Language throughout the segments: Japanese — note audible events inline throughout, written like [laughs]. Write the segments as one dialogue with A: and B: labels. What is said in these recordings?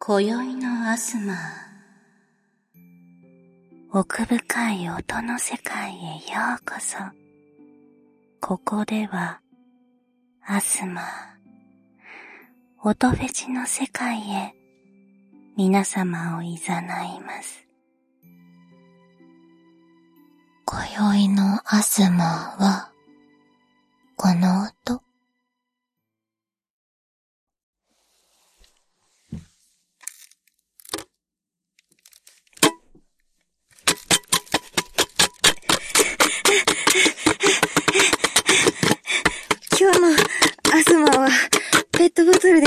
A: 今宵のアスマー奥深い音の世界へようこそここではアスマー音フェチの世界へ皆様を誘います今宵のアスマーはこの音
B: 今日のアスマはペットボトルで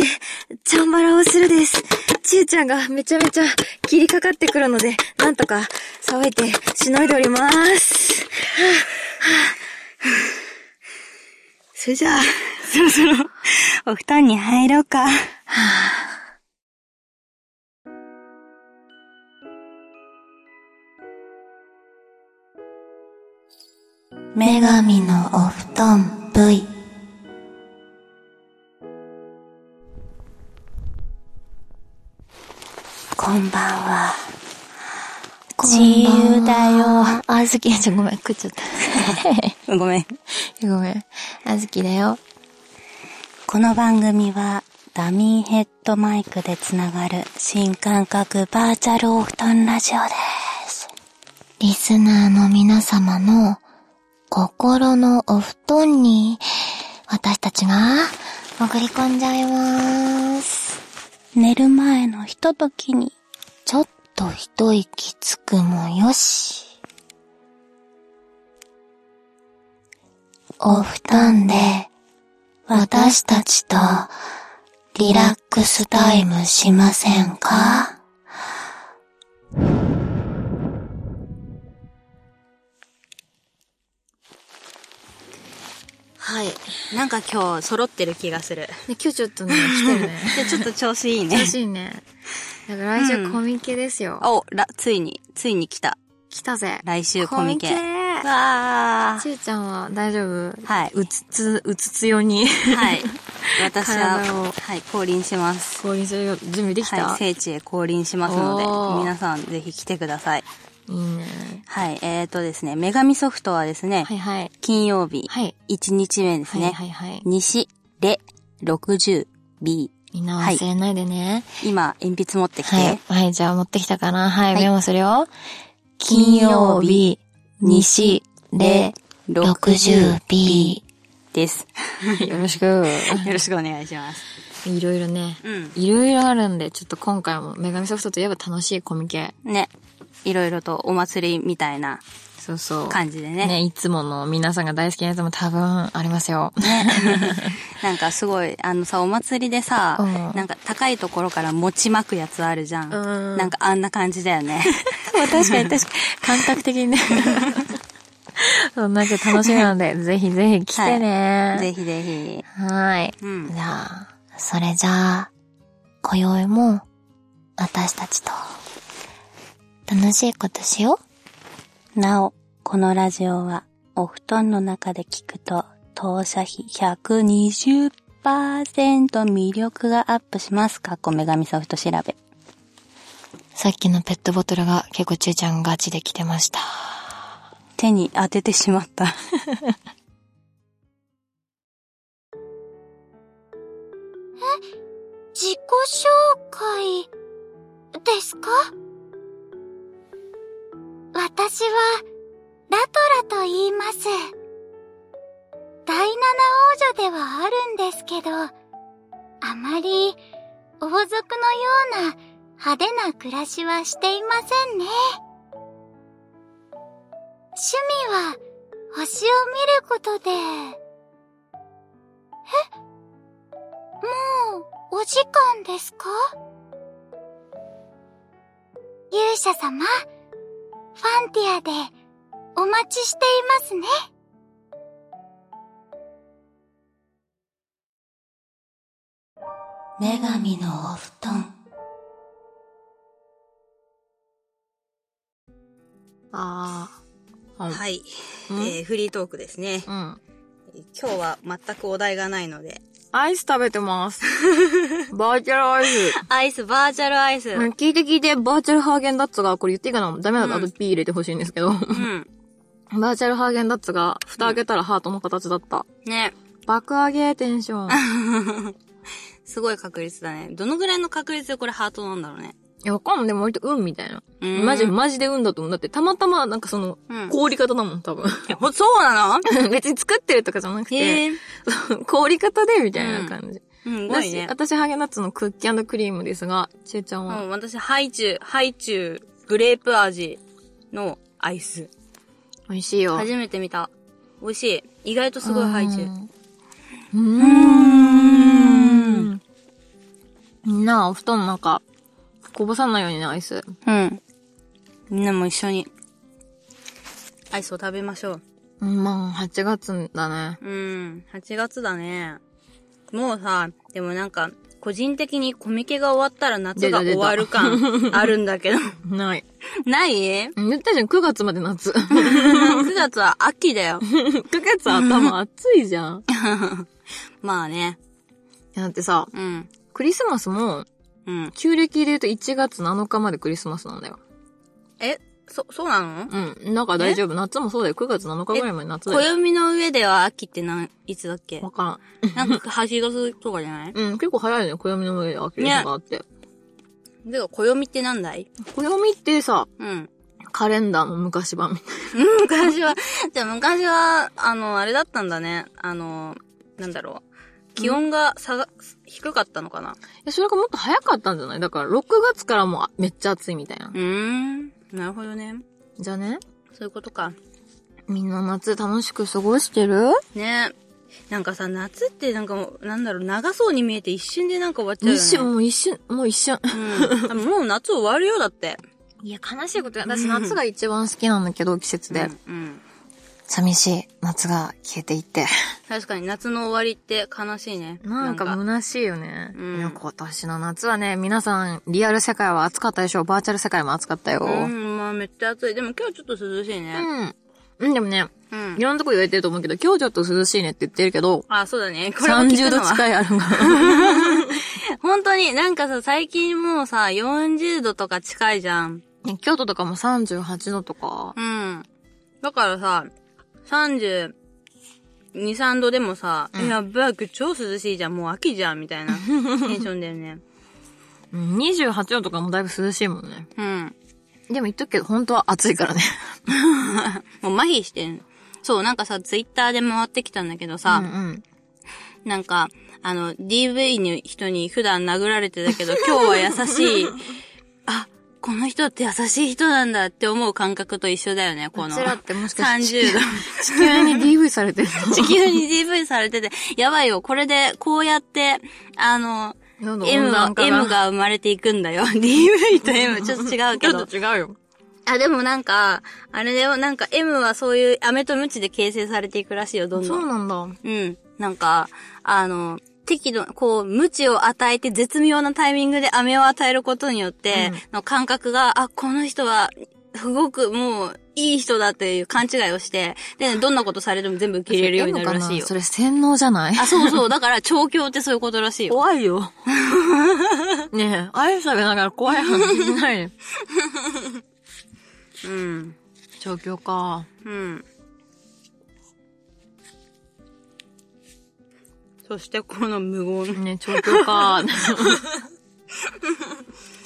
B: チャンバラをするです。ちえちゃんがめちゃめちゃ切りかかってくるので、なんとか騒いでしのいでおります。
C: それじゃあ、そろそろ、お布団に入ろうか。
A: 女神のお布団 V こんばんは自由だよ
B: あずき、ちょ、ごめん、食っちゃっ
C: ごめん。
B: た。ごめん。あずきだよ。
A: この番組はダミーヘッドマイクでつながる新感覚バーチャルお布団ラジオです
B: リスナーの皆様の心のお布団に私たちが潜り込んじゃいます。
A: 寝る前のひとときに
B: ちょっと一息つくもよし。お布団で私たちと
A: リラックスタイムしませんか
B: はい。ね
C: なんか今日揃ってる気がする。
B: 今日ちょっとね、来てるね。
C: で、ちょっと調子いいね
B: 楽。しいね。だから来週コミケですよ。
C: [laughs] お、ら、ついに、ついに来た。
B: 来たぜ。
C: 来週コミケ。
B: コミケ
C: わー。
B: ちーちゃんは大丈夫
C: はい。
B: うつつ、うつつよ [laughs] に
C: はい。私
B: 体を
C: は、はい、降臨します。
B: 降臨するよ準備できた、
C: はい、聖地へ降臨しますの
B: おー
C: で、皆さんぜひ来てください。
B: いいね。
C: はい、えーとですね、女神ソフトはですね、
B: はいはい。
C: 金曜日、
B: はい。
C: 1日目です
B: は
C: ね、
B: いはいはい。
C: 西、レ、60B。
B: みんな忘れないでね。
C: 今、鉛筆持ってきて。
B: はい。はい、じゃあ持ってきたかな。はい、
C: はい
B: メモするよ。
C: 金
B: 金
C: 曜
B: 曜
C: 日
B: 日、西、
C: で
B: で、60B。
C: です。
B: よろしく。
C: よろしくお願いします。
B: いろいろね。
C: うん。
B: いろいろあるんで、ちょっと今回も女神ソフトといえば楽しいコミケ。
C: ね。いろいろとお祭りみたいな
B: そうそう。
C: 感じでね。
B: ねいつもの皆さんが大好きなやつも多分ありますよ。
C: なんかすごい、あのさ、お祭りでさ、
B: うん
C: なんか高いところから持ち巻くやつあるじゃん。
B: うん
C: なんかあんな感じだよね。
B: 確かに確かに。感覚的に [laughs] ね。そんなけ楽しみなので、ぜひぜひ来てね。
C: ぜひぜひ。
B: はい。
C: うん
B: じ。ゃあ、それじゃあ、今宵も、私たちと、楽しいことしよ
A: なお、このラジオは、お布団の中で聞くと、当社費120%魅力がアップします。かっこ女神ソフト調べ。
B: う。さっきのペットボトルが結構ちゅうちゃんガチで来てました。
C: 手に当ててしまった。
D: 自己紹介ですか私はラトラと言います。第七王女ではあるんですけど、あまり王族のような派手な暮らしはしていませんね。趣味は星を見ることで、えもうお時間ですか勇者様、ファンティアでお待ちしていますね。
A: 女神のお布団。
B: ああ。はい。
C: はい、
B: うん
C: えーフリートークですね。
B: うん。
C: 今日は全くお題がないので、
B: アイス食べて
A: [laughs]
B: ます。バーチャルアイス。
A: アイス、バーチャルアイス。
B: うん聞いて聞いて、バーチャルハーゲンダッツが、これ言っていいかなダメだったら、
A: うん
B: あと P 入れてほしいんですけど。
A: うん。
B: バーチャルハーゲンダッツが、蓋開けたらハートの形だった。
A: ね。
B: 爆上げテンション。
A: すごい確率だね。どのぐらいの確率でこれハートなんだろうね。
B: いや、わかんない。でも割と運みたいな。
A: うーん
B: マジ、マジで運だと思う。だって、たまたま、なんかその
A: うん、
B: 凍り方だも
A: [laughs]
B: ん、多分。
A: えほそうなの
B: 別に作ってるとかじゃなく
A: へ
B: て、
A: え。
B: 凍り方で、みたいな感じ。
A: うん、すごい
B: 私、
A: ね。
B: 私、ハーゲンダッツのクッキークリームですが、ちえちゃん
A: う
B: は、
A: ん、私、ハイチュウ、ハイチュウ、グレープ味のアイス。
B: 美味しいよ。
A: 初めて見た。美味しい。意外とすごいハイチュウ。
B: うーん。みんな、お布団の中、こぼさないようにね、アイス。
E: うん。
A: みんなも一緒に、アイスを食べましょう。
B: うんまあ、8月だね。
A: うん、8月だね。もうさ、でもなんか、個人的にコミケが終わったら夏が終わる感あるんだけど。
B: ない。
A: ない
B: [laughs] 言ったじゃん、9月まで [laughs] 夏。
A: ?9 月は秋だよ。
B: 9月頭暑いじゃん。い
A: まあね。
B: やだってさ、
A: うん。
B: クリスマスも、
A: うん。
B: 旧暦で言うと1月7日までクリスマスなんだよ。
A: え、そ、そうなの
B: うん。だから大丈夫。夏もそうだよ。9月7日ぐらいまで夏だよ。
A: 暦の上では秋ってなん、いつだっけ
B: わからん。
A: なんか8月とかじゃない
B: うん、結構早いね。暦の上で秋の日があって。
A: でか、暦ってなんだい
B: 暦ってさ、
A: うん。
B: カレンダーの昔版みたい
A: 昔は、じゃあ昔は、あの、あれだったんだね。あの、なんだろう。気温が下が、低かったのかな。
B: いや。それがもっと早かったんじゃないだから6月からもうあめっちゃ暑いみたいな
A: う。ーん。なるほどね。
B: じゃあね、
A: そういうことか。
B: みんな夏楽しく過ごしてる
A: ねなんかさ、夏ってなんかもう、なんだろう、長そうに見えて一瞬でなんか終わっちゃうよね。
B: 一瞬、もう一瞬、もう一瞬。
A: うん。
B: [laughs]
A: もう夏終わるよ、だって。
B: いや、悲しいことや。私夏が一番好きなんだけど、季節で。
A: うん。うん。
B: 寂しい。夏が消えていって。
A: 確かに夏の終わりって悲しいね。
B: [laughs] なんか虚しいよね。
A: うん
B: いや、今年の夏はね、皆さん、リアル世界は暑かったでしょバーチャル世界も暑かったよ。
A: う
B: うん。
A: ん、まあめっちゃ暑い。でも今日ちょっと涼しいね。
B: うん、でもね、
A: うん
B: い。ろんなとこ言われてると思うけど、今日ちょっと涼しいねって言ってるけど、
A: あ、そうだね。これも聞
B: 30
A: くの
B: 度
A: は
B: 近い [laughs] あるから。
A: 本当に、なんかさ、最近もうさ、40度とか近いじゃん。
B: ね京都とかも38度とか。
A: うん。だからさ、32、3度でもさ、
B: うん
A: やっばい、今日超涼しいじゃん、もう秋じゃん、みた
B: [laughs]
A: いなテンションだよね。
B: うん28度とかもだいぶ涼しいもんね。
A: うん。
B: でも言っとくけど、本当は暑いからね。
A: もう麻痺してる。そう、なんかさ、ツイッターで回ってきたんだけどさ、
B: うんうん。
A: なんか、あの、DV の人に普段殴られてたけ
B: [laughs]
A: ど、今日は優しい。あ、この人って優しい人なんだって思う感覚と一緒だよね、この。
B: うちらってもしかして
A: 30度。
B: 地球に DV されてる
A: 地球に DV されてて、やばいよ、これで、こうやって、あの、
B: の [laughs]
A: M は、M。が生まれていくんだよ。DV [laughs] と [laughs] M、ちょっと違う
B: ち
A: け
B: ょ
A: ど
B: っ。と違うよ。
A: あ、でもなんか、あれだよ、なんか M はそういう飴とムチで形成されていくらしいよ、どん
B: そ
A: どん。
B: う
A: う
B: なんだ。
A: ん。なんか、あの、適度、こう、無知を与えて絶妙なタイミングで飴を与えることによって、の感覚が、あ、この人は、すごくもう、いい人だという勘違いをして、で、どんなことされても全部受け入れるようになるらしいよ
B: そ。れ洗脳じゃない
A: あ、そうそう。だから、調教ってそういうことらしいよ。
B: 怖いよ。 [laughs] ねえ、アイス食べながら怖い話しないね。
A: うん。
B: 状況か。
A: うん。そして、この無言。
B: ねえ、状況 [laughs] か。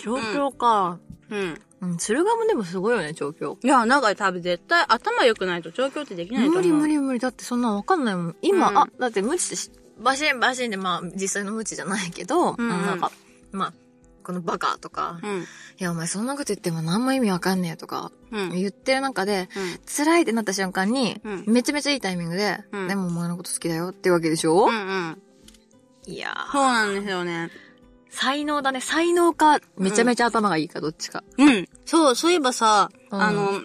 B: 状況か。
A: うん。
B: うん、鶴ガムでもすごいよね、状況。
A: いや、なんか多分絶対頭良くないと調教ってできないと思
B: 無
A: う。
B: 理無。理無理。だってそんなのわかんないもん。今、
A: うん
B: あ、だって無知ってし、バシンバシンで、まあ、実際の無知じゃないけど、
A: ん
B: なんか、まあ、このバカとか、い
A: うん。
B: や、お前そんなこと言っても何も意味わかんねえとか、
A: うん。
B: 言ってる中で、
A: うん
B: 辛いってなった瞬間に、
A: うん
B: めちゃめちゃいいタイミングで、
A: うん
B: でもお前のこと好きだよってわけでしょ、
A: うんうん。
B: いやー
A: そうなんですよね。
B: 才能だね。才能か、めちゃめちゃ頭がいいか、どっちか。
A: うん。そう、そういえばさ、
B: うん
A: あの、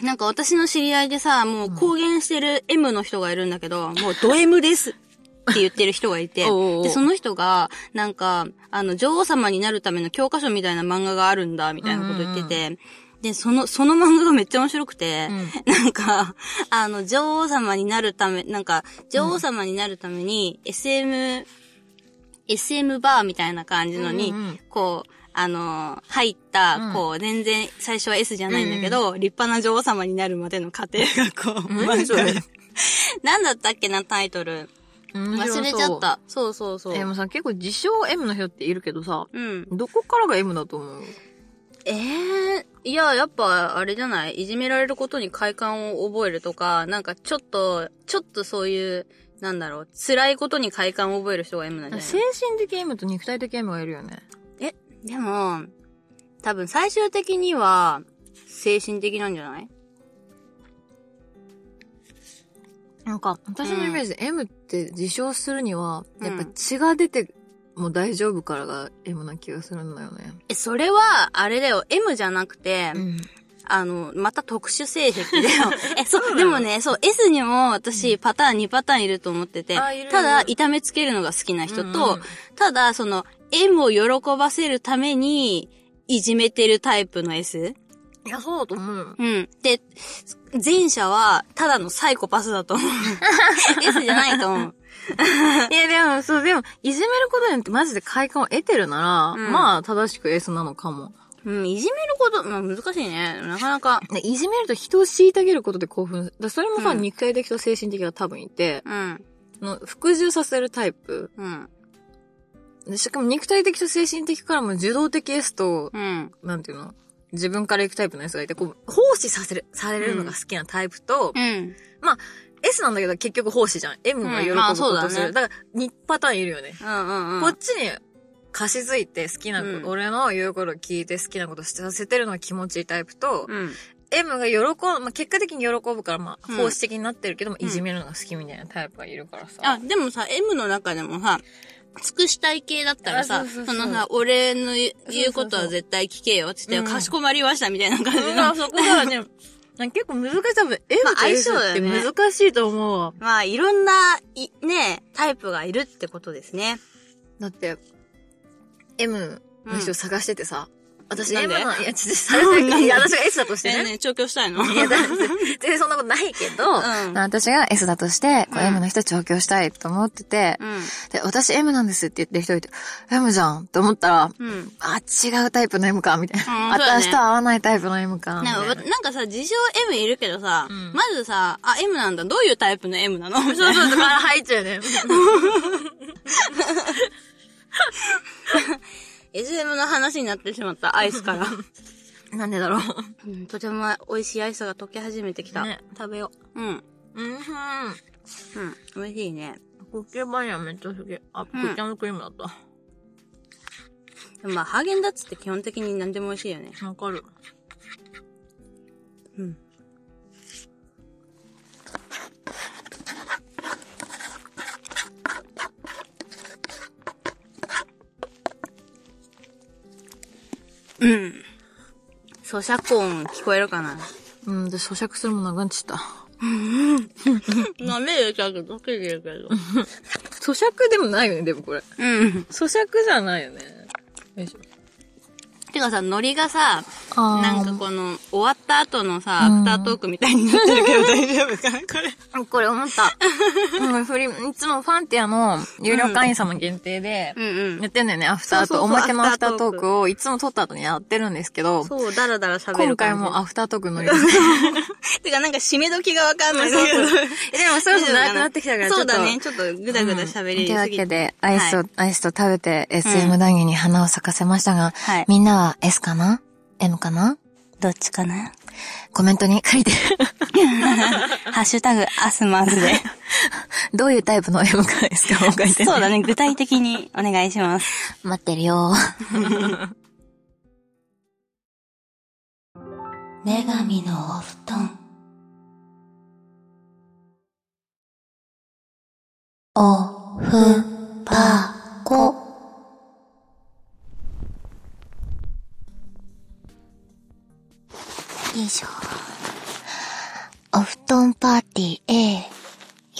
A: なんか私の知り合いでさ、もう公言してる M の人がいるんだけど、もうド M ですって言ってる人がいて、
B: [laughs] おうおう
A: で、その人が、なんか、あの、女王様になるための教科書みたいな漫画があるんだ、みたいなこと言ってて、で、その、その漫画がめっちゃ面白くて、
B: うん
A: なんか、あの、女王様になるため、なんか、女王様になるために、SM、SM バーみたいな感じのに、
B: うんうん
A: こう、あの、入った、
B: うん
A: こう、全然、最初は S じゃないんだけど、立派な女王様になるまでの過程がこう、
B: 何
A: なんか
B: それ
A: なんだったっけな、タイトル。
B: うん
A: 忘れちゃっ。た。そうそうそう。
B: でもさ、結構自称 M の人っているけどさ、
A: うん。
B: どこからが M だと思う
A: ええいや、やっぱ、あれじゃないいじめられることに快感を覚えるとか、なんかちょっと、ちょっとそういう、なんだろう、辛いことに快感を覚える人が M なんじゃ
B: 精
A: ない
B: 神的 M と肉体的 M がいるよね。
A: え、でも、多分最終的には、精神的なんじゃない
B: なんか、私のイメージ、M って自称するには、
A: うん
B: やっぱ血が出ても大丈夫からが M な気がするんだよね。
A: え、それは、あれだよ、M じゃなくて、
B: ん。
A: あの、また特殊性癖 [laughs] だよ。え、そう、でもね、そう、S にも私、パターン2パターンいると思ってて、
B: あいるいる
A: ただ、痛めつけるのが好きな人と、
B: うんうん
A: ただ、その、M を喜ばせるために、いじめてるタイプの S?
B: いや、そうだと思う
A: [laughs]
B: よ。
A: うん。で、前者は、ただのサイコパスだと
B: [laughs]
A: 思う。S じゃないと思う。
B: いや、でも、そう、でも、いじめることによってマジで快感を得てるなら、
A: うん
B: まあ、正しく S なのかも。
A: うん、いじめること、まあ難しいね。なかなか。
B: でいじめると人を虐げることで興奮する。だからそれもさ、
A: うん
B: 肉体的と精神的が多分いて、
A: うん、
B: の服従させるタイプ。
A: うん、
B: でしかも肉体的と精神的からも受動的 S と、
A: うん、
B: なんていうの自分から行くタイプの S がいて、こう、奉仕させる、されるのが好きなタイプと、
A: うん。
B: S なんだけど結局奉仕じゃん。M が喜
A: う
B: ぶ
A: んま
B: こ
A: あそうだ
B: と
A: ね
B: する。だから、2パターンいるよね。
A: うんうんうん。
B: こっちに、貸し付いて好きなこと、
A: うん
B: 俺の言うことを聞いて好きなことさせてるのが気持ちいいタイプと、
A: うん。
B: M が喜ぶ、まあ、結果的に喜ぶから、まあ、
A: うん
B: 奉仕的になってるけども、
A: うん
B: いじめるのが好きみたいなタイプがいるからさ。
A: あ、でもさ、M の中でもさ、尽くしたい系だったらさ、
B: あ
A: そ
B: そうそうそう
A: のさ、俺の言う
B: そう
A: 言うことは絶対聞けよって言って、
B: うん
A: かしこまりましたみたいな感じの。
B: うん、そこがね、 [laughs] なんか結構難しい。多分、M
A: まあ
B: と S
A: 相性
B: っ
A: だ
B: て
A: よね
B: 難しいと思うわ。
A: まあ、いろんな、いね、タイプがいるってことですね。
B: だって、M の人を探しててさ、私
A: なん
B: M
A: で
B: の、いや、ちょっ
A: [laughs]
B: と探して、いや、私が S だとして
A: え、
B: ね。
A: ね、調教したいの [laughs]
B: いや、だって全然そんなことないけど、
A: ん
B: まあ私が S だとして、こう
A: うん
B: M の人調教したいと思ってて、で、私 M なんですって言ってる人いて、M じゃんって思ったら、
A: うん。うん。
B: あ、違うタイプの M か、みたいな。
A: うんそうだね
B: 私と合わないタイプの M か。みた
A: な
B: い
A: ん
B: な
A: か、なんかさ、自称 M いるけどさ、
B: うん
A: まずさ、あ、M なんだ。どういうタイプの M なのそうそう
B: だから入っちゃ
A: [laughs]
B: うね。
A: SM の話になってしまった、アイスから。 [laughs]
B: なんでだろう。
A: うん、とても美味しいアイスが溶け始めてきた。
B: ね
A: 食べよう。うん。
B: うんふん。
A: うん。美味しいね。
B: コッケバニラめっちゃ好き。あ、コッケのクリームだっ
A: でもまあ、ハーゲンダッツって基本的に何でも美味しいよね。
B: た。わかる。
A: うん。うん。咀嚼音聞こえるかな
B: うん、で、咀嚼するもんなくなっちゃった。
A: 舐めるちゃうけど、溶けてるけど。
B: 咀嚼でもないよね、でもこれ。
A: うん。
B: 咀嚼じゃないよね。よいしょ。
A: てかさ、ノリがさ、
B: あ
A: なんかこの、終わった後のさ、アフタートークみたいになってるけど大丈夫か [laughs] なこれ。
B: これ思 [laughs] った。うん、フリいつもファンティアの有料会員様限定で、
A: うん
B: やってんだよね、アフター
A: そう
B: ト。
A: そう
B: お
A: そう
B: まけのアフター
A: ア
B: ト
A: フタートーク
B: ークをいつも撮った後にやってるんですけど、
A: そう、だらだら喋る感じ。
B: 今回もアフタートークのりです。 [laughs]
A: てかなんか締め時がわかんないんだけど。
B: でもそろそろ長くなってきたから、
A: そうだね。。ちょっとぐだぐだ喋りすぎ
B: と
A: て
B: いうわけで、アイスを、
A: はい
B: アイスと食べて SM 談義に花を咲かせましたが、
F: はい
B: みんなは S かな ?M かな
F: どっちか
A: [laughs]
F: な
B: コメントに書いて、
F: ハッシュタグ、アスマンズで。
B: どういうタイプの M か S かを書
A: [laughs]
B: いて、
F: そうだね、具体的にお願いします。
B: 待ってるよ。
F: 女神のお布団。おふばこ。
D: よいしょ。お布団パーティー A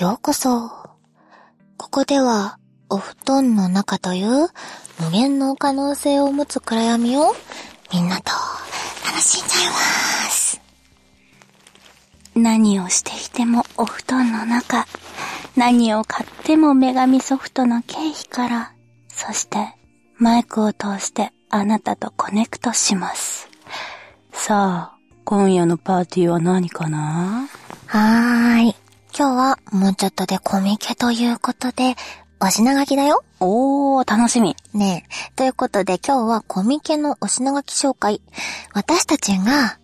D: ようこそ。ここでは、お布団の中という無限の可能性を持つ暗闇をみんなと楽しんじゃいます。
A: 何をしていてもお布団の中、何を買っても女神ソフトの経費から、そしてマイクを通してあなたとコネクトします。さあ、今夜のパーティーは何かな
D: はーい。今日はもうちょっとでコミケということで、お品書きだよ。
A: おー、楽しみ。
D: ねえ。ということで今日はコミケのお品書き紹介。私たちが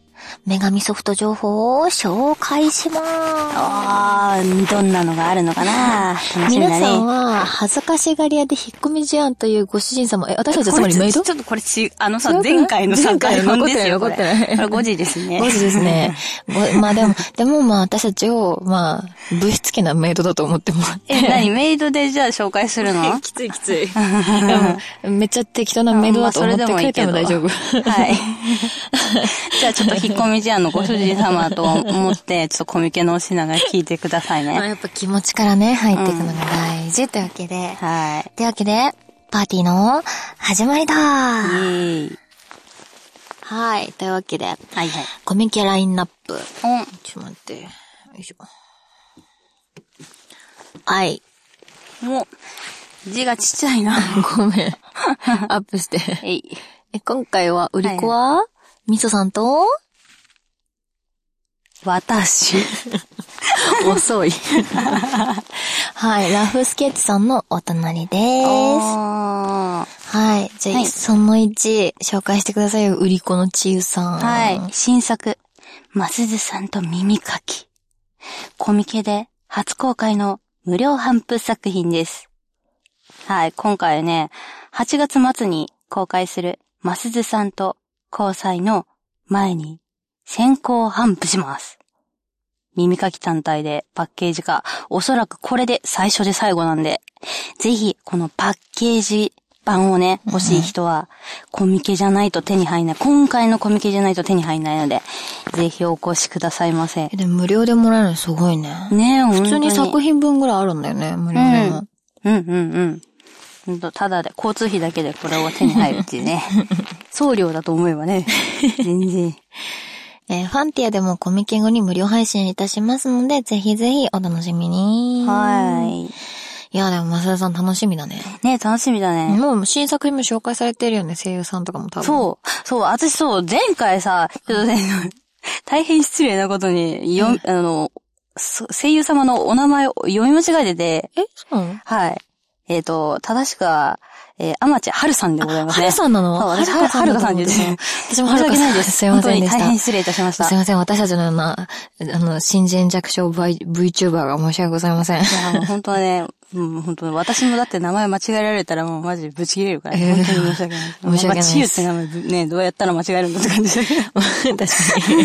D: 女神ソフト情報を紹介しま
A: あー、どんなのがあるのかな楽しみ
B: 皆
A: だね。
B: さんは、恥ずかしがり屋で引っ込み思案というご主人様、え、私たちはつまりメ
A: これ
B: イド
A: ちょちょっとこれち、あのさ、
B: 違うかな
A: 前回のさ、
B: 前回の
A: 台本ですよ。
B: 残ってない
A: これ
B: 残ってない
A: これ5時です
B: [laughs]
A: ね。
B: マジですね。ぼまあでも、でもまあ私たちを、まあ、物質系なメイドだと思ってもらっ
A: え、
B: て。
A: 何メイドでじゃあ紹介
B: [laughs]
A: するの
B: きついきつい。うんめっちゃ適当なメイドだと思ってくれても大丈夫。
A: はい。 [laughs] じゃあちょっと引っ込み思案のご主人様と思って、ちょっとコミケのお品が聞いてください
B: [laughs] まあ
A: ね。
B: やっぱ気持ちからね、入っていくのが
D: 大事というわけで。
A: はい。
D: というわけで、パーティーの始まりだ
A: イ
D: は
A: ェーイ。
B: はい。というわけで、
A: はいはい。
B: コミケラインナップ。
A: お
B: ちょっと待って。よいしょ。はい。 [laughs]
A: もう、字がちっちゃいな。
B: ごめ [laughs] ん。アップして。
A: えい。
B: え今回は、売り子は、みそさんと、 [laughs]
A: 私。
B: 遅い。はい。ラフスケッチさんのお隣です。
A: は
B: はい。じゃあ、
A: はい
B: その1、紹介してくださいよ。売り子のちゆさん。
A: い。新作、マスズさんと耳かき。コミケで初公開の無料頒布作品です。はい、今回ね、8月末に公開するマスズさんと交際の前に先行頒布します。耳かき単体でパッケージ化。おそらくこれで最初で最後なんで、ぜひこのパッケージ版をね、欲しい人は、コミケじゃないと手に入んない。今回のコミケじゃないと手に入んないので、ぜひお越しくださいませ。
B: えでも無料でもらえるのすごいね。
A: ねえ、
B: 普通に作品分ぐらいあるんだよね、無料でも。
A: うんうんうん。ほんと、ただで、交通費だけでこれは手に入るっていう
B: [laughs]
A: ね。送料だと思えばね。全然。
B: えーファンティアでもコミケ後に無料配信いたしますので、ぜひぜひお楽しみに。。
A: はい
B: いや、でも、マサさん楽しみだね。
A: い。ね楽しみだね。
B: もう新作品も紹介されてるよね、声優さんとかも多分。
A: そう、そう、私そう、前回さ、ちょっとね、 [laughs] 大変失礼なことに、よ、あの、そ声優様のお名前を読み間違えてて、
B: え、そうなの
A: はい。えっ、と、正しくは、えー、アマチュア、ハルさんでございます
B: は
A: ね。
B: るさんなの
A: そう
B: は
A: 私
B: るかさんだと思ってた
A: はるか
B: 私もはるか
A: 申し訳
B: さ
A: ない
B: ん
A: です。
B: すいません
A: 本当
B: でし
A: に大
B: た。
A: 変失礼いたしました。
B: すいません、私たちのような、あの、新人弱小 V- VTuber が申し訳ございませ
A: い
B: ん。
A: や、もう本当はね、うん、本当私もだって名前間違えられたらもうマジブチ切れるから、
B: えー
A: 本当に申し訳ない。
B: 申し訳ないです
A: チユって名前ぶね、どうやったら間違えるんだって感
B: [laughs]
A: じだけど。
B: 確かに。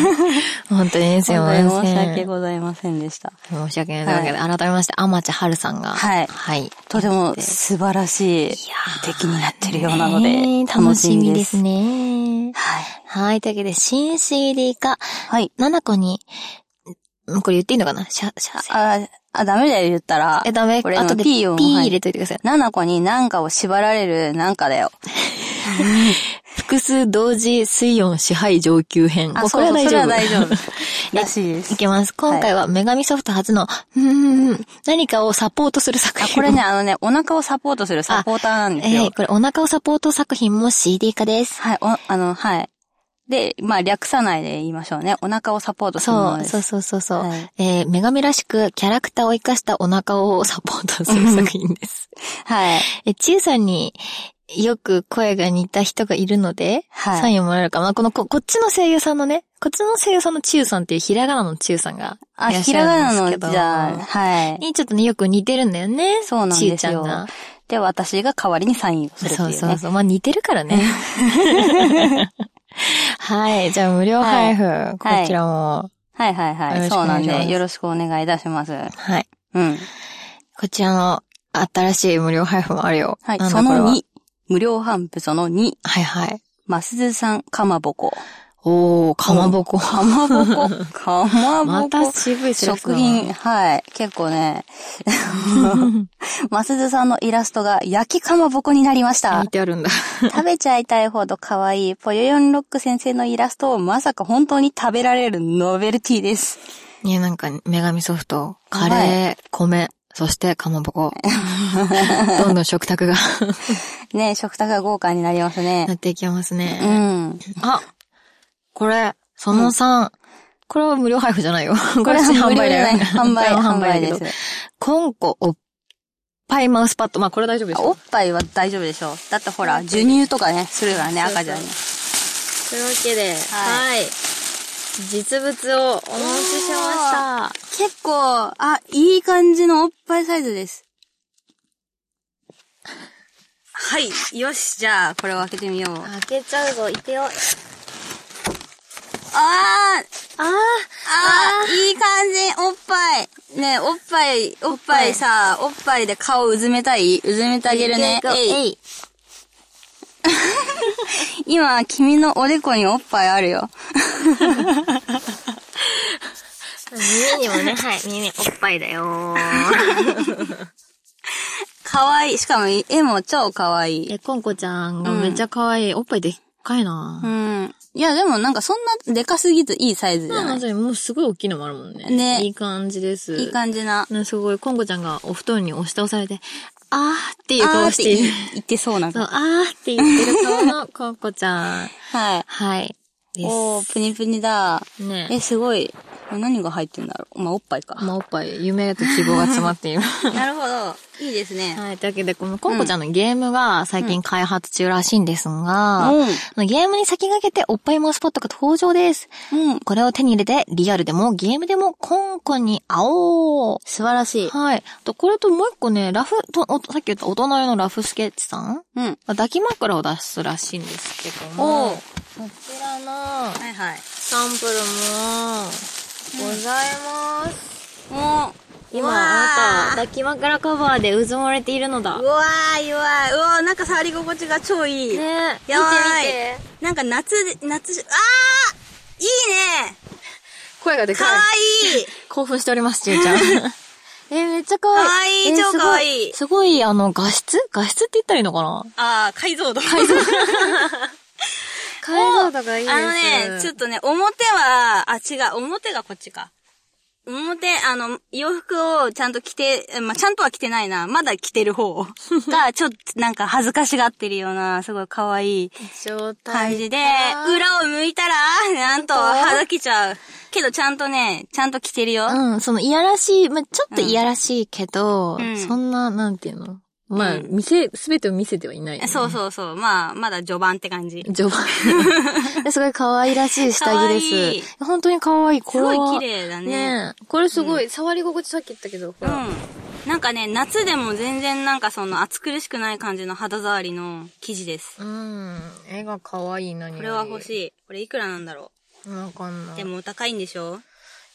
B: 本当にね、すいません。
A: 本当に申し訳ございませんでした。
B: 申し訳ない。というわけで、改めまして、アマチュアはるさんが。
A: はい
B: はい。
A: とても素晴らしい敵になってるようなので、
B: ねえ楽
A: 楽
B: し
A: し
B: み
A: み
B: で
A: ですす。
B: ね。
A: はい。
B: はい。というわけで、新 CD 化、
A: はい。
B: 七個に、んこれ言っていいのかなシャ、シャ、
A: あ、あ、ダメだよ、言ったら。
B: え、ダメ。
A: これの
B: 後で
A: P をはい
B: 入れといてください。
A: 七子に何かを縛られるなんかだよ。
B: 複数同時水温支配上級編。
A: あ、
B: お。
A: そうそう、それは大丈夫
B: [laughs]
A: らしいで
B: い
A: す。
B: けます。今回は女神ソフト初の、うーん、何かをサポートする作
A: あ、
B: 品。
A: これね、あのね、お腹をサポートするサポーターなんですよ。
B: えーこれお腹をサポート作品も CD 化です。
A: はい、お、あの、はい。で、まあ、略さないで言いましょうね。お腹をサポートするもの
B: そう、
A: です。
B: そうそうそうそう。
A: はい
B: えー女神らしくキャラクターを活かしたお腹をサポートする作品です。
A: はい。
B: え、ちゆさんによく声が似た人がいるので、
A: はい
B: サインをもらえるか。まあ、このこ、こっちの声優さんのね、こっちの声優さんのちゆさんっていうひらがなのちゆさんが
A: あ、
B: いらっ
A: ひ
B: し
A: ら
B: ゃ
A: が
B: るん
A: な
B: です
A: の、
B: けど。
A: じゃあ、はい。
B: にちょっとね、よく似てるんだよね。
A: そうなんですよ
B: ちゆちゃんが。
A: で、私が代わりにサインをするっていう
B: そう
A: ね。
B: そうそう。まあ似てるからね。
A: [laughs]
B: はい。じゃあ無料配布、こちらも。
A: はいはい
B: よろ
A: は
B: し
A: い。
B: くお
A: そうな
B: 願
A: ん
B: いします
A: で、よろしくお願いいたします。
B: はい。
A: うん。
B: こちらの新しい無料配布もあるよ。
A: はい
B: な。んだ
A: そ
B: これ
A: の
B: は
A: 2。無料販布その2。
B: はいはい。
A: マスズさんかまぼこ。
B: お
G: おー、かまぼこ。
A: かまぼ
B: [laughs]
A: こ。かまぼこ。
B: また渋いセリフ
A: 食
B: だな
A: 品、はい。結構
B: [laughs]
A: ね、マスズさんのイラストが焼きかまぼこになりました
B: 見。てあるんだ。
A: 食べちゃいたいほど可愛いぽよよんロック先生のイラストをまさか本当に食べられるノベルティです。
B: いや、なんか、女神ソフト、カレー、米、そしてかま
A: [laughs]
B: ぼこ。どんどん食卓が [laughs]
A: ね食卓が豪華になりますね
B: な。っていきますね。
A: うん。
B: あ、これ、その3。これは無料配布じゃないよ。こ
A: こ
B: れ
A: れ
B: は
A: は
B: 販
A: 無料
B: 売
A: じゃ
B: だ
A: ない
B: よ。
A: 販売、
B: [laughs] これ
A: 販売
B: はだけ
A: で
B: ど
A: す。。
B: コンコ、おっぱいマウスパッド。まあ、これ大丈夫でし
A: あお
B: ょ
A: っぱいは大丈夫でしょう。だってほら、授乳とかね、するからね、赤ちゃんに。
B: というわけで、。
A: はい
B: 実物をお持ちしました。
A: 結構、あ、いい感じのおっぱいサイズです。はい。よし、じゃあ、これを開けてみよう。
H: 開けちゃうぞ、いてよ。あ
A: あー
H: あ
A: あーいい感じおっぱいねえおっぱい、おっぱいさ、おっぱいで顔うずめたいうずめてあげるね。えい。
H: えい。
A: 今、君のおでこにおっぱいあるよ。
H: 耳にもね、はい、耳におっぱいだ
B: [laughs]
H: よ
A: かわいい。しかも、絵も超かわいい。
B: え、コンコちゃんがめっちゃ可愛い。おっぱいでっかいな
A: う。ん。いや、でもなんかそんなでかすぎずいいサイズじゃ
B: まあ
A: ない
B: まさにもうすごい大きいのもあるもんね。
A: ね
B: いい感じです。
A: いい感じな。
B: ねすごい、コンゴちゃんがお布団に押し倒されて、あーっていう
A: あ
B: 顔
A: ー
B: し
A: って
B: ている。
A: 言ってそうな
B: そう、
A: の。
B: あーって言ってる顔のコンコちゃん。
A: はい。
B: はい。で
A: おー、プニプニだ。
B: す。ね
A: え、すごい。何が入ってんだろう。まあ、おっぱいか。
B: まあ、おっぱい、夢と希望が詰まっている。
A: なるほど。いいですね。
B: はい。というわけで、このコンコちゃんのゲームが最近開発中らしいんですが、
A: うん
B: そのゲームに先駆けておっぱいマウスポットが登場です。
A: うん。
B: これを手に入れて、リアルでもゲームでもコンコに会おう。
A: 素晴らしい。
B: はい。と、これともう一個ね、ラフ、と、おさっき言った大人用のラフスケッチさん
A: うん。
B: 抱き枕を出すらしいんですけども、
A: おう
B: こちらの
A: はいはい。
B: サンプルもございます。
A: もう、
B: 今、
A: うわ
B: あな
A: ー
B: た、抱き枕カバーでうずもれているのだ。
A: うわーい、うわーい。うわーなんか触り心地が超いい。
B: ねえ
A: やばい
B: 見て見て。
A: なんか夏、夏、あーいいね
B: 声がでか
A: かわ
B: い。
A: いい
B: 興奮しております、 [laughs] ちえちゃん。え、めっちゃ可愛い。
A: 可愛い
B: えー
A: 超可愛い
B: すごい、すごいあの、画質画質って言ったらいいのかな
A: [laughs] あー、解像度。解像度。
B: 解像度がいいです。
A: あのね、ちょっとね、表は、あ、違う、表がこっちか。表、あの、洋服をちゃんと着て、えまあ、ちゃんとは着てないな。まだ着てる方が、ちょっとなんか恥ずかしがってるような、すごい可愛い
B: 状態。
A: 感じで、裏を向いたら、なんと、肌着ちゃう。けど、ちゃんとね、ちゃんと着てるよ。
B: うん、その、いやらしい、まあ、ちょっといやらしいけど、
A: ん
B: そんな、なんていうのまあ、
A: うん
B: 見せ、すべてを見せてはいない、
A: そうそうそう。まあ、まだ序盤って感じ。
B: 序
A: [laughs]
B: 盤。ですごい可愛らしい下着で
A: 可愛い
B: す。本当に可愛い。こ
A: す
B: れは
A: ごい綺麗だね。
B: ねえこれすごい、触り心地さっき言ったけど、ほ
A: うん
B: ら。。
A: なんかね、夏でも全然なんかその暑苦しくない感じの肌触りの生地です。
B: うん。絵が可愛いなに。
A: これは欲しい。これいくらなんだろ
B: い。わかんな
A: う。
B: い。
A: でもお高いんでしょ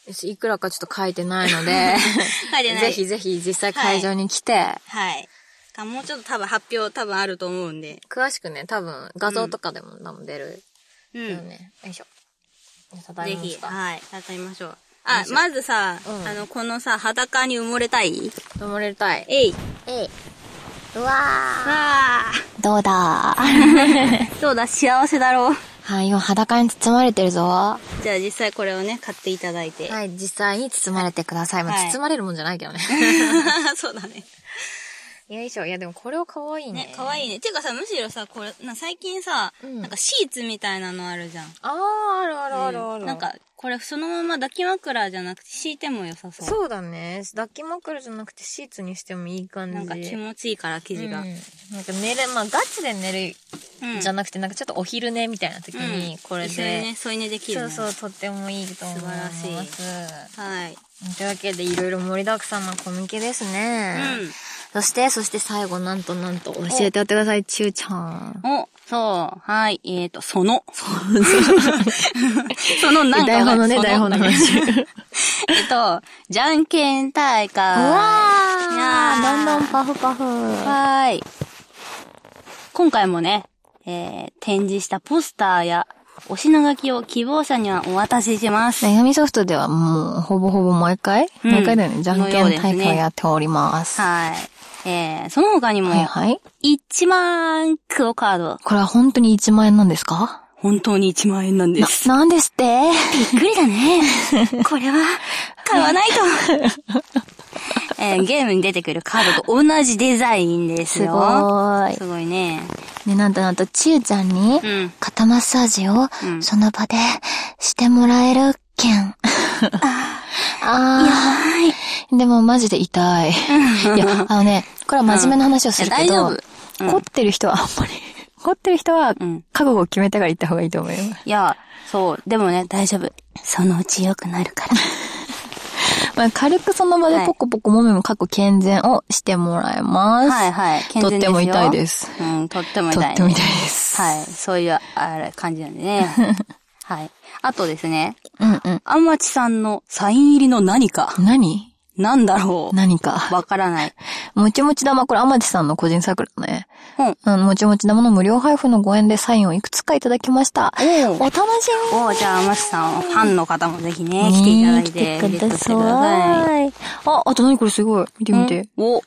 B: よしいくらかちょっと書いてないので、
A: [laughs] 書いてない。
B: ぜひぜひ実際会場に来て、
A: はい。かもうちょっと多分発表多分あると思うんで。
B: 詳しくね、多分画像とかでも多分出る
A: う
B: よ
A: ん。
B: ね。よいしょ。じゃあ叩
A: ぜ
B: いてみ
A: ひ、
B: ますか。
A: はい。戦いましょう。あ、まずさ、
B: うん
A: あの、このさ、裸に埋もれたい
B: 埋もれたい。
A: えい。
D: えい。うわ
A: あ
G: どうだ
A: ー。どうだ、幸せだろう。
G: はい、今裸に包まれてるぞ。
A: じゃあ実際これをね、買っていただいて。
B: はい、実際に包まれてください。まあ
A: はい
B: 包まれるもんじゃないけどね。
A: [laughs] そうだね。
B: よいしょ。いや、でもこれは可愛いね。
A: ね、可愛いね。ていうかさ、むしろさ、これ、な最近さ、
B: うん
A: なんかシーツみたいなのあるじゃん。
B: あー、あるあるあるある。
A: なんか、これそのまま抱き枕じゃなくて敷いても良さそう。
B: そうだね。抱き枕じゃなくてシーツにしてもいい感じ。
A: なんか気持ちいいから、生地が。
B: う
A: うん
B: んなんか寝る、まあガチで寝るじゃなくて、なんかちょっとお昼寝みたいな時に、これ
A: 一緒に
B: で、
A: ね、添い寝できる、ね。
B: そうそう、とってもいいと思います。
A: 素晴らしいはい。
B: というわけで、いろいろ盛りだくさんなコミケですね。
A: う
B: そして、そして最後、なんとなんと、教えてやってください、ちゅうちゃん。
A: ん。お、そう、はい、えーと、 [laughs] その。そのなんか
B: 台本のね、
A: そ
B: 台本の話。
A: [laughs] えっと、じゃんけん大会。いやー
G: どんどんパフパフ。は
A: はーい。今回もね、えー、展示したポスターやお品書きを希望者にはお渡しします。
B: 女神ソフトではもう、ほぼほぼ毎回、
A: うん
B: 毎回だよね、じゃん
A: の
B: け
A: ようんですね
B: 大会をやっております。
A: はい。えー、その他にも、
B: はいはい。
A: 1万クオカード。
B: これは本当に1万円なんですか
A: 本当に1万円なんで
B: な。、なんですって
A: びっくりだ
B: [laughs]
A: ね。これは、買わないと。えーゲームに出てくるカードと同じデザインです
B: すご
A: よ。
B: ーい。
A: すごいね。
B: ね、なんとなんと、ちゆちゃんに
A: う、ん。
I: 肩マッサージを
A: うん
I: その場でしてもらえる件。
B: [laughs] あー。でもマジで痛い。いや、あのね、これは真面目な話をするけ
A: いや
B: ど、
A: 大丈夫うん
B: 凝ってる人はあんまり、凝ってる人は
A: うん、
B: 覚悟を決めてから行った方がいいと思います。
A: いや、そう。でもね、大丈夫。そのうち良くなるから。
B: まあ、軽くその場でポコポコもめも過去健全をしてもらいます。
A: はいはい。健
B: [laughs] と
A: 全
B: っ
A: ですよ
B: ても痛いで。す。
A: うん、とっても
B: と
A: 痛い、ね。
B: っても痛いです。
A: はい。そういう、あれ、感じなんでね。
B: [laughs]
A: はい。あとですね、
B: うんうん。
A: あんまちさんのサイン入りの何か。
B: 何
A: なんだろう。
B: 何か。
A: わからない。
B: もちもち玉、これ、天地さんの個人サークルだね。
A: うん。
B: うん、もちもち玉の無料配布のご縁でサインをいくつかいただきました。
A: お
B: お楽しみ
A: おじゃあ、まちさん、ファンの方もぜひね、
B: に
A: 来ていただいて、
B: 来てくだ
A: ゲットしてくださ
B: さい。あ、あと何これすごい。見て
A: い。
B: 見て。
A: お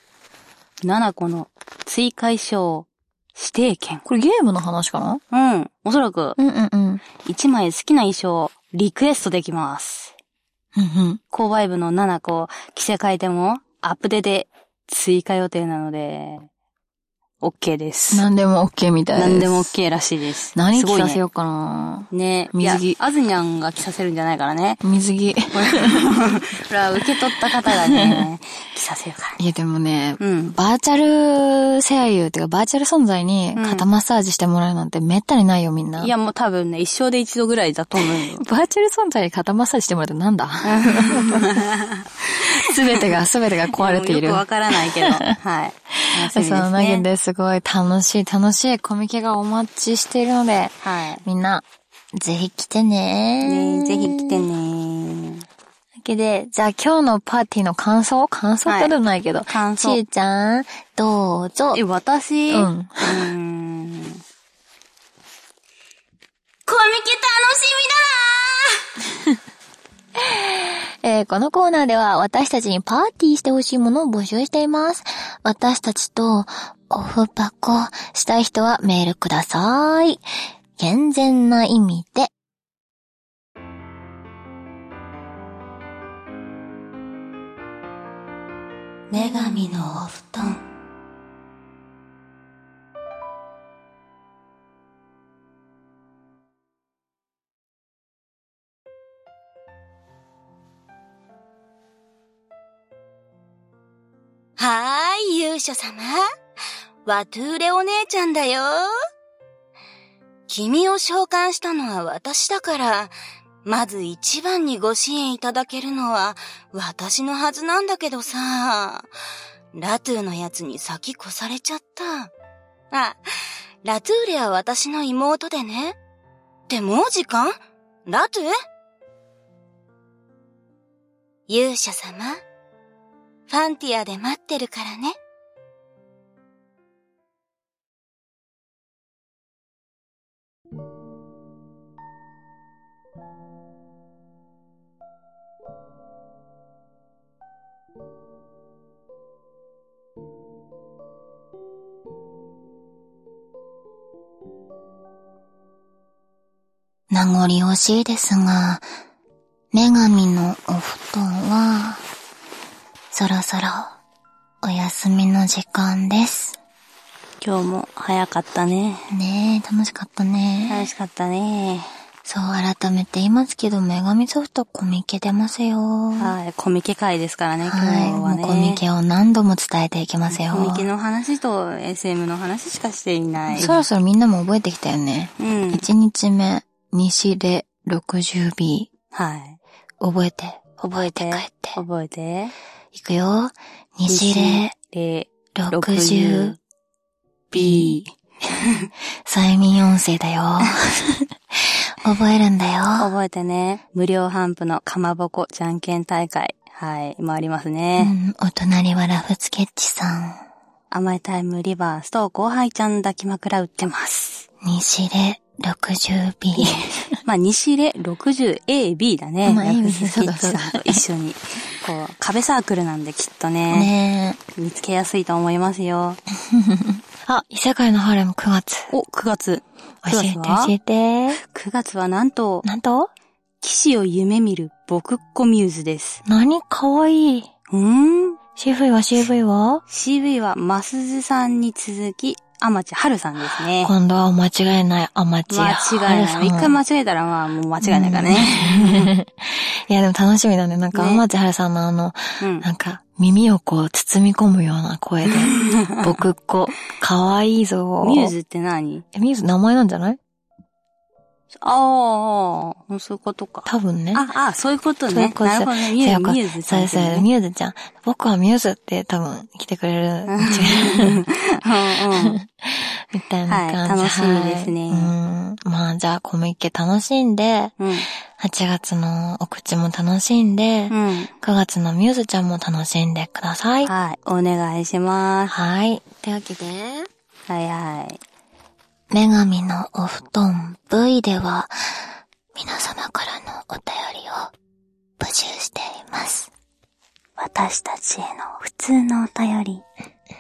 A: 7個の追加衣装指定券。
B: これゲームの話かな
A: うん。おそらく、
B: うんうんうん。
A: 1枚好きな衣装をリクエストできます。
B: うんうん。
A: 購買部の7個、着せ替えても、アップデで追加予定なので、OK です。
B: 何でも OK みたいです。
A: 何でも OK らしいです。
B: 何
A: すご
B: 着
A: い
B: させ
A: ね。
B: ようかな、
A: ね
B: 水着
A: いやあずにゃんが着させるんじゃないからね。
B: 水着。
A: これこれは受け取った方が
B: [laughs]
A: ね、着させるから。
B: いやでもね、
A: うん。
B: バーチャル声優っていうかバーチャル存在に肩マッサージしてもらうなんてめったにないよみんな。
A: いやもう多分ね、一生で一度ぐらいだと思う [laughs] よ。
B: バーチャル存在に肩マッサージしてもらうってな
A: [laughs]
B: んだすべてが、すべてが壊れてい
A: よ
B: る
A: く。わからないけど。 [laughs] はい。楽しみ
B: その投
A: で
B: げ
A: すね。
B: ですごい楽しい楽しいコミケがお待ちしているので、
A: はい。
B: みんな、ぜひ来てね
A: ねぜひ来てね
B: わけで、じゃあ今日のパーティーの感想感想ってでもないけど、
A: 感
B: ち
A: 想
B: ー。ちゃん、どうぞ。
A: え、私
B: う
A: う
B: ん
A: ーん。
C: コミケ楽し
G: えーこのコーナーでは私たちにパーティーしてほしいものを募集しています。私たちとオフパコしたい人はメールください。健全な意味で。
I: 女神のお布団。
D: はーい、勇者様。ワトゥーレお姉ちゃんだよ。君を召喚したのは私だから、まず一番にご支援いただけるのは私のはずなんだけどさ。ラトゥーのやつに先越されちゃった。あ、ラトゥーレは私の妹でね。ってもう時間ラトゥー勇者様。ファンティアで待ってるからね。
I: 名残惜しいですが、女神のお布団は、そろそろお休みの時間です。
A: 今日も早かったね。
I: ねえ、楽しかったね。
A: 楽しかったね。
I: そう、改めて言いますけど、女神ソフトコミケ出ますよ。は
A: はい。コミケ会ですからね、今日
I: い、も
A: は
I: う
A: ね。
I: コミケを何度も伝えていきますよ。
A: コミケの話と SM の話しかしていない。
B: そろそろみんなも覚えてきたよね。
A: うん。
B: 1日目、西で 60B。
A: はい。
B: 覚えて。
A: 覚え
I: 帰っ
A: て
I: て
A: 覚えて。
I: いくよ。西礼
A: で、
I: 60。
A: B。
I: 催眠音声だよ。
A: [laughs]
I: 覚えるんだよ。
A: 覚えてね。無料販布のかまぼこじゃんけん大会。はい。もあります
I: う
A: ね。
I: ん、お隣はラフスケッチさん。
A: 甘いタイムリバースと後輩ちゃん抱き枕売ってます。
I: 西で
B: 60B。
A: まあ、西で 60AB だね。
B: まあ
A: ヤクス
B: そ
A: キ
B: う
A: ッ
B: だ
A: チ
B: そうだ
A: さんと一緒に。こう、壁サークルなんできっとね、
B: ねえ。
A: 見つけやすいと思いますよ。
B: あ、異世界のハーレム9月。
A: お、9月。
B: 教えて
A: 9月は
B: 教えて。
A: 9月はなんと、
B: なんと
A: 騎士を夢見る僕っ子ミューズです。
B: 何かわいい。
A: うーん。
B: CV は CV は
A: CV は、マスズさんに続き、アマチハルさんですね。
B: 今度は間違えないアマチュ
A: 間
B: ア。
A: 違い
B: ハ
A: な
B: ル
A: い。
B: さん
A: 一回間違えたら、まあ、もう間違いないからね。
B: いや、でも楽しみだね。なんか、
A: ね
B: アマチハルさんのあの、
A: うん。
B: なんか、耳をこう包み込むような
A: [laughs]
B: 声で、僕っ子、かわいいぞ。
A: ミューズって何
B: え、ミューズ名前なんじゃない
A: ああ、そういうことか。
B: 多分ね。
A: あ、あ、そういうこと
B: そういう
A: ね。
B: こと
A: なるほどね。ミュ
B: そういうこと
A: ーミューズち
B: そ
A: ゃん
B: う
A: っ
B: そ
A: て
B: う
A: ね、、
B: ミューズちゃん。僕はミューズって多分来てく
A: [laughs]
B: れる。
A: うんうん。
B: みたいな感じ。
A: はい楽しみですね
B: はいうん。まあ、じゃあ、コミケ楽しんで、
A: うん。
B: 8月のお口も楽しんで、
A: うん。
B: 9月のミューズちゃんも楽しんでください。
A: はい。お願いします。
B: はい。というわけで、
A: はいはい。
B: 女神のお布団 V では、皆様からのお便りを募集しています。
A: 私たちへの普通のお便り、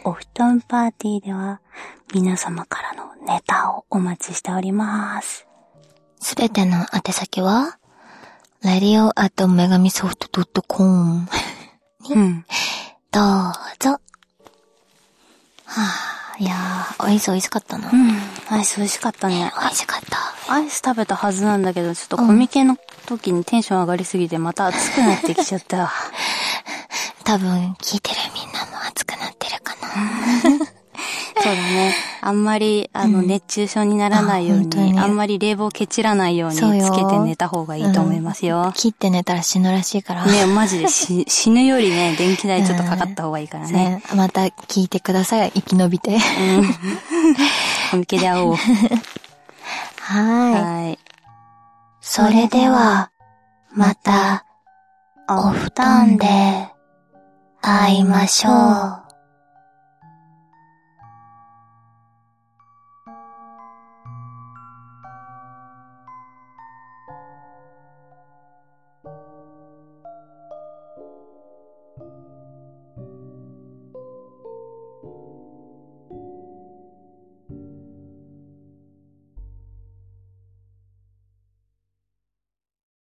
A: お布団パーティーでは、皆様からのネタをお待ちしております。
B: すべての宛先は、radio.megamisoft.com
A: うん。
B: どうぞ。はぁ、いやー、アイス美味しかったな。
A: う
B: 美
A: ん。アイス美味しかったね。
B: 味しかった。
A: アイス食べたはずなんだけど、ちょっとコミケの時にテンション上がりすぎて、また熱くなってきちゃ [laughs] ったわ。
B: 多分、聞いてるみんなも熱くなってるかな。
A: そうだね。あんまり、あの、熱中症にならないよう
B: あ本当に
A: に、
B: ね
A: あんまり冷房ケチらないようにつ
B: そうよ
A: けて寝た方がいいと思いますよ。
B: 切って寝たら死ぬらしいから。
A: ね、マジでし [laughs] 死ぬよりね、電気代ちょっとかかった方がいいからね。
B: [laughs] ねまた聞いてください。生き延びて。
A: コミケで会おう。
B: は
A: はい。
B: い。それでは、また、お布団で、会いましょう。